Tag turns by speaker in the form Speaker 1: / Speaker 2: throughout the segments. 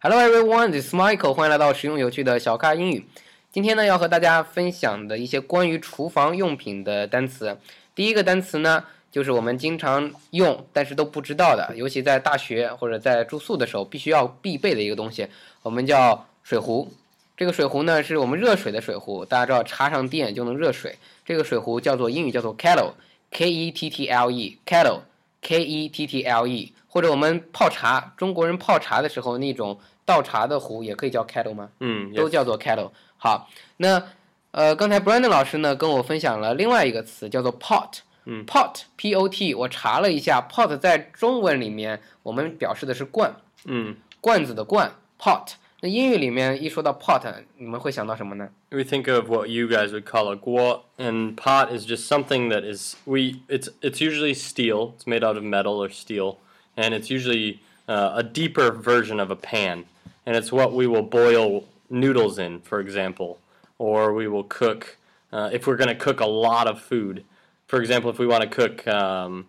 Speaker 1: Hello everyone, this is Michael，欢迎来到实用有趣的小咖英语。今天呢，要和大家分享的一些关于厨房用品的单词。第一个单词呢，就是我们经常用但是都不知道的，尤其在大学或者在住宿的时候必须要必备的一个东西，我们叫水壶。这个水壶呢，是我们热水的水壶，大家知道插上电就能热水。这个水壶叫做英语叫做 kettle，k e t t l e，kettle。K E T T L E，或者我们泡茶，中国人泡茶的时候那种倒茶的壶也可以叫 kettle 吗？
Speaker 2: 嗯，
Speaker 1: 都叫做 kettle。好，那呃，刚才 Brandon 老师呢跟我分享了另外一个词，叫做 pot。
Speaker 2: 嗯
Speaker 1: ，pot P O T，我查了一下，pot 在中文里面我们表示的是罐，
Speaker 2: 嗯
Speaker 1: 罐子的罐 pot。那英语里面一说到 pot，你们会想到什么呢？
Speaker 2: ，we think of what you guys would call a guo, and pot is just something that is we. It's it's usually steel. It's made out of metal or steel, and it's usually uh, a deeper version of a pan, and it's what we will boil noodles in, for example, or we will cook uh, if we're going to cook a lot of food. For example, if we want to cook. Um,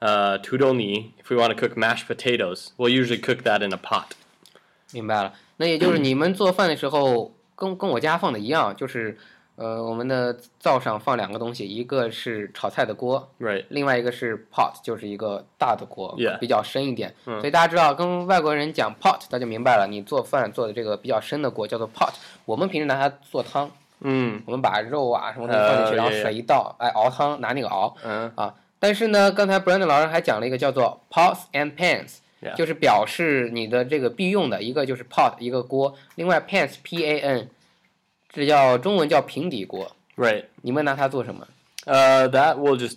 Speaker 2: uh, tudoni. If we want to cook mashed potatoes, we'll usually cook that in a pot.
Speaker 1: 明白了，那也就是你们做饭的时候跟跟我家放的一样，就是呃我们的灶上放两个东西，一个是炒菜的锅，
Speaker 2: Right.
Speaker 1: 另外一个是 pot，就是一个大的锅
Speaker 2: Yeah
Speaker 1: 比较深一点。
Speaker 2: 嗯
Speaker 1: 所以大家知道，跟外国人讲 pot，他就明白了，你做饭做的这个比较深的锅叫做 pot。我们平时拿它做汤，
Speaker 2: Mm.
Speaker 1: 我们把肉啊什么东西放进去，
Speaker 2: 呃
Speaker 1: 然后
Speaker 2: yeah，yeah
Speaker 1: 水一倒，哎，熬汤拿那个熬
Speaker 2: Uh,
Speaker 1: 啊。但是呢，刚才 Brandon 老师还讲了一个叫做 pots and pans。
Speaker 2: Yeah
Speaker 1: 就是表示你的这个必用的，一个就是 pot，一个锅，另外 pans p a n，这叫中文叫平底锅，
Speaker 2: right.
Speaker 1: 你们拿它做什么？
Speaker 2: Uh, that will just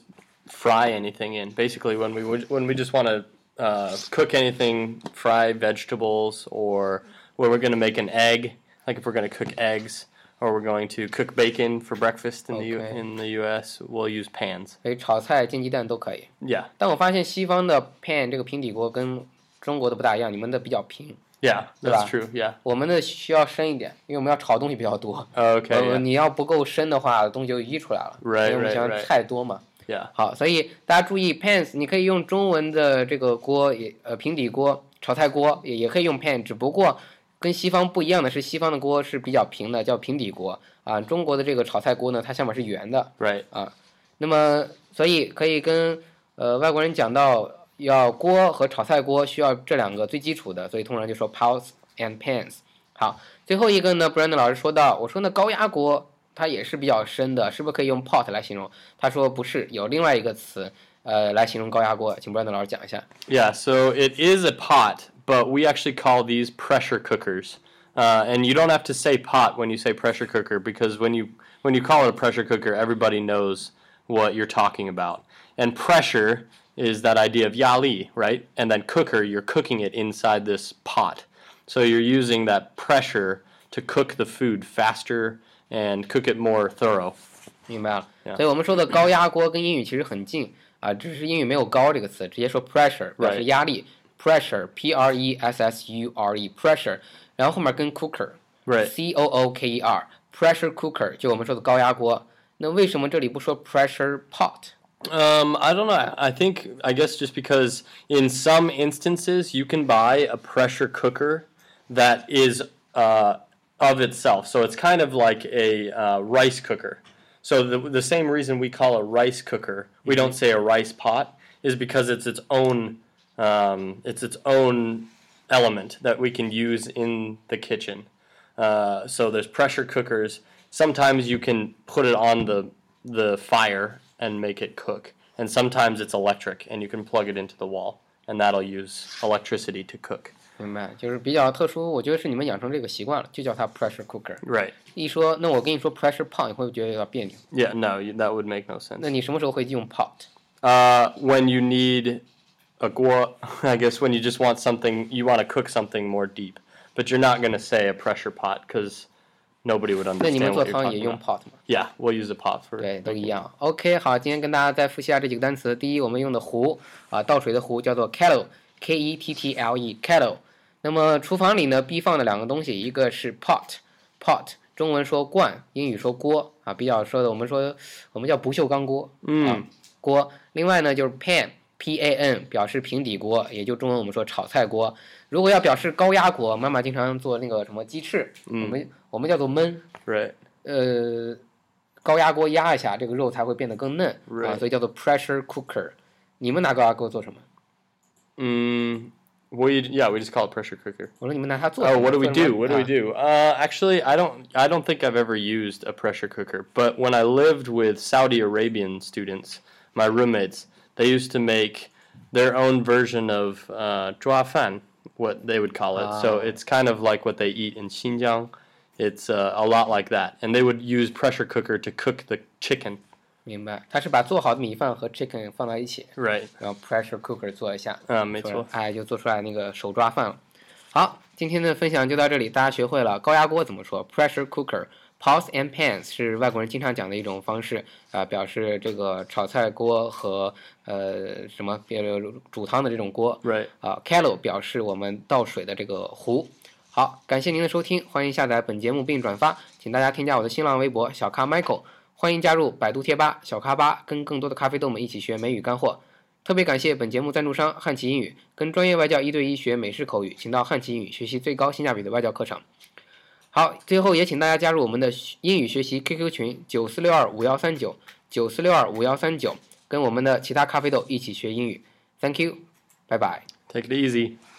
Speaker 2: fry anything in. Basically, when we would- when we just want to uh, cook anything, fry vegetables, or when we're going to make an egg, like if we're going to cook eggs, or we're going to cook bacon for breakfast in the U-
Speaker 1: Okay.
Speaker 2: in the U.S., we'll use pans.
Speaker 1: 所以炒菜、煎鸡蛋都可以。
Speaker 2: Yeah,
Speaker 1: 但我发现西方的 pan 这个平底锅跟中国的不大一样，你们的比较平，
Speaker 2: yeah,
Speaker 1: Yeah.
Speaker 2: that's true. Yeah.
Speaker 1: 我们的需要深一点，因为我们要炒东西比较多。
Speaker 2: Okay.
Speaker 1: 呃
Speaker 2: yeah.
Speaker 1: 你要不够深的话，东西就溢出来了
Speaker 2: Right,
Speaker 1: 因为我们
Speaker 2: right,
Speaker 1: 想
Speaker 2: right.
Speaker 1: 菜多嘛。
Speaker 2: Yeah.
Speaker 1: 好，所以大家注意 pans，你可以用中文的这个锅也呃平底锅、炒菜锅也也可以用 pan，只不过跟西方不一样的是，西方的锅是比较平的，叫平底锅啊。中国的这个炒菜锅呢，它下面是圆的，
Speaker 2: Right.
Speaker 1: 啊那么，所以可以跟呃外国人讲到，要锅和炒菜锅需要这两个最基础的，所以通常就说 pots and pans。好，最后一个呢，Brand 老师说到，我说那高压锅它也是比较深的，是不是可以用 pot 来形容？他说不是，有另外一个词呃来形容高压锅，请 Brand 老师讲一下。
Speaker 2: Yeah, so it is a pot, but we actually call these pressure cookers. Uh, and you don't have to say pot when you say pressure cooker because when you when you call it a pressure cooker, everybody knows what you're talking about. And pressure is that idea of yali, right? And then cooker, you're cooking it inside this pot. So you're using that pressure to cook the food faster and cook it more thorough.
Speaker 1: 明白了
Speaker 2: Yeah.
Speaker 1: 所以我们说的高压锅跟英语其实很近啊，只是英语没有“高”这个词，直接说 pressure 表示压力，pressure p r e s s u r e pressure，然后后面跟 cooker
Speaker 2: Right.
Speaker 1: c o o k e r pressure cooker 就我们说的高压锅。那为什么这里不说 pressure pot？
Speaker 2: Um, I don't know. I- I think I guess just because in some instances you can buy a pressure cooker that is uh, of itself, so it's kind of like a uh, rice cooker. So the the same reason we call a rice cooker, we don't say a rice pot, is because it's its own um, it's its own element that we can use in the kitchen. Uh, so there's pressure cookers. Sometimes you can put it on the the fire and make it cook, and sometimes it's electric and you can plug it into the wall, and that'll use electricity to cook.
Speaker 1: 明白，就是比较特殊，我觉得是你们养成这个习惯了，就叫它 pressure cooker。
Speaker 2: Right.
Speaker 1: 一说，那我跟你说 pressure pot，你会不会觉得有点别扭？
Speaker 2: Yeah. No, you, that would make no sense.
Speaker 1: 那你什么时候会用 pot？
Speaker 2: Uh, when you need a guo, I guess when you just want something, you want to cook something more deep, but you're not gonna say a pressure pot because nobody would
Speaker 1: 那你们
Speaker 2: understand
Speaker 1: 做
Speaker 2: what you're
Speaker 1: 汤也
Speaker 2: talking
Speaker 1: 用
Speaker 2: about.
Speaker 1: pot 吗？
Speaker 2: Yeah, we'll use a pot for
Speaker 1: 对，都一样。OK，好，今天跟大家再复习一下这几个单词。第一，我们用的壶啊，倒水的壶叫做 kettle，K E T T L E kettle。那么厨房里呢，必放的两个东西，一个是 pot，pot，中文说罐，英语说锅嗯啊，比较说的我们说我们叫不锈钢锅，啊，锅。另外呢就是 pan。 P A N 表示平底锅，也就中文我们说炒菜锅。如果要表示高压锅，妈妈经常做那个什么鸡翅，我们我们叫做焖，
Speaker 2: Right.
Speaker 1: 呃，高压锅压一下，这个肉才会变得更嫩啊，
Speaker 2: Right.
Speaker 1: 所以叫做 pressure cooker。你们拿高压锅做什么？
Speaker 2: Mm, we yeah, we just call it pressure cooker.
Speaker 1: 我说你们拿它做什么。
Speaker 2: Oh, what do we
Speaker 1: 做什
Speaker 2: do?
Speaker 1: 么
Speaker 2: What do
Speaker 1: 啊
Speaker 2: we do? Uh, actually, I don't. I don't think I've ever used a pressure cooker. But when I lived with Saudi Arabian students, my roommates, they used to make their own version of uh, jua fan, what they would call it. So
Speaker 1: Ah.
Speaker 2: it's kind of like what they eat in Xinjiang. It's uh, a lot like that, and they would use pressure cooker to cook the chicken.
Speaker 1: 明白，它是把做好的米饭和 chicken 放到一起，
Speaker 2: Right.
Speaker 1: 然后 pressure cooker 做一下，
Speaker 2: Uh, 没错。
Speaker 1: 做哎，就做出来那个手抓饭了。好，今天的分享就到这里，大家学会了高压锅怎么说，pressure cooker。Pots and pans 是外国人经常讲的一种方式啊、表示这个炒菜锅和呃什么别的煮汤的这种锅。
Speaker 2: Right.
Speaker 1: 啊 c a l o 表示我们倒水的这个壶。好，感谢您的收听，欢迎下载本节目并转发，请大家添加我的新浪微博小咖 Michael，欢迎加入百度贴吧小咖吧，跟更多的咖啡豆们一起学美语干货。特别感谢本节目赞助商汉奇英语，跟专业外教一对一学美式口语，请到汉奇英语学习最高性价比的外教课程。好，最后也请大家加入我们的英语学习 QQ 群九四六二五幺三九九四六二五幺三九，跟我们的其他咖啡豆一起学英语。Thank you，拜拜。
Speaker 2: Take it easy.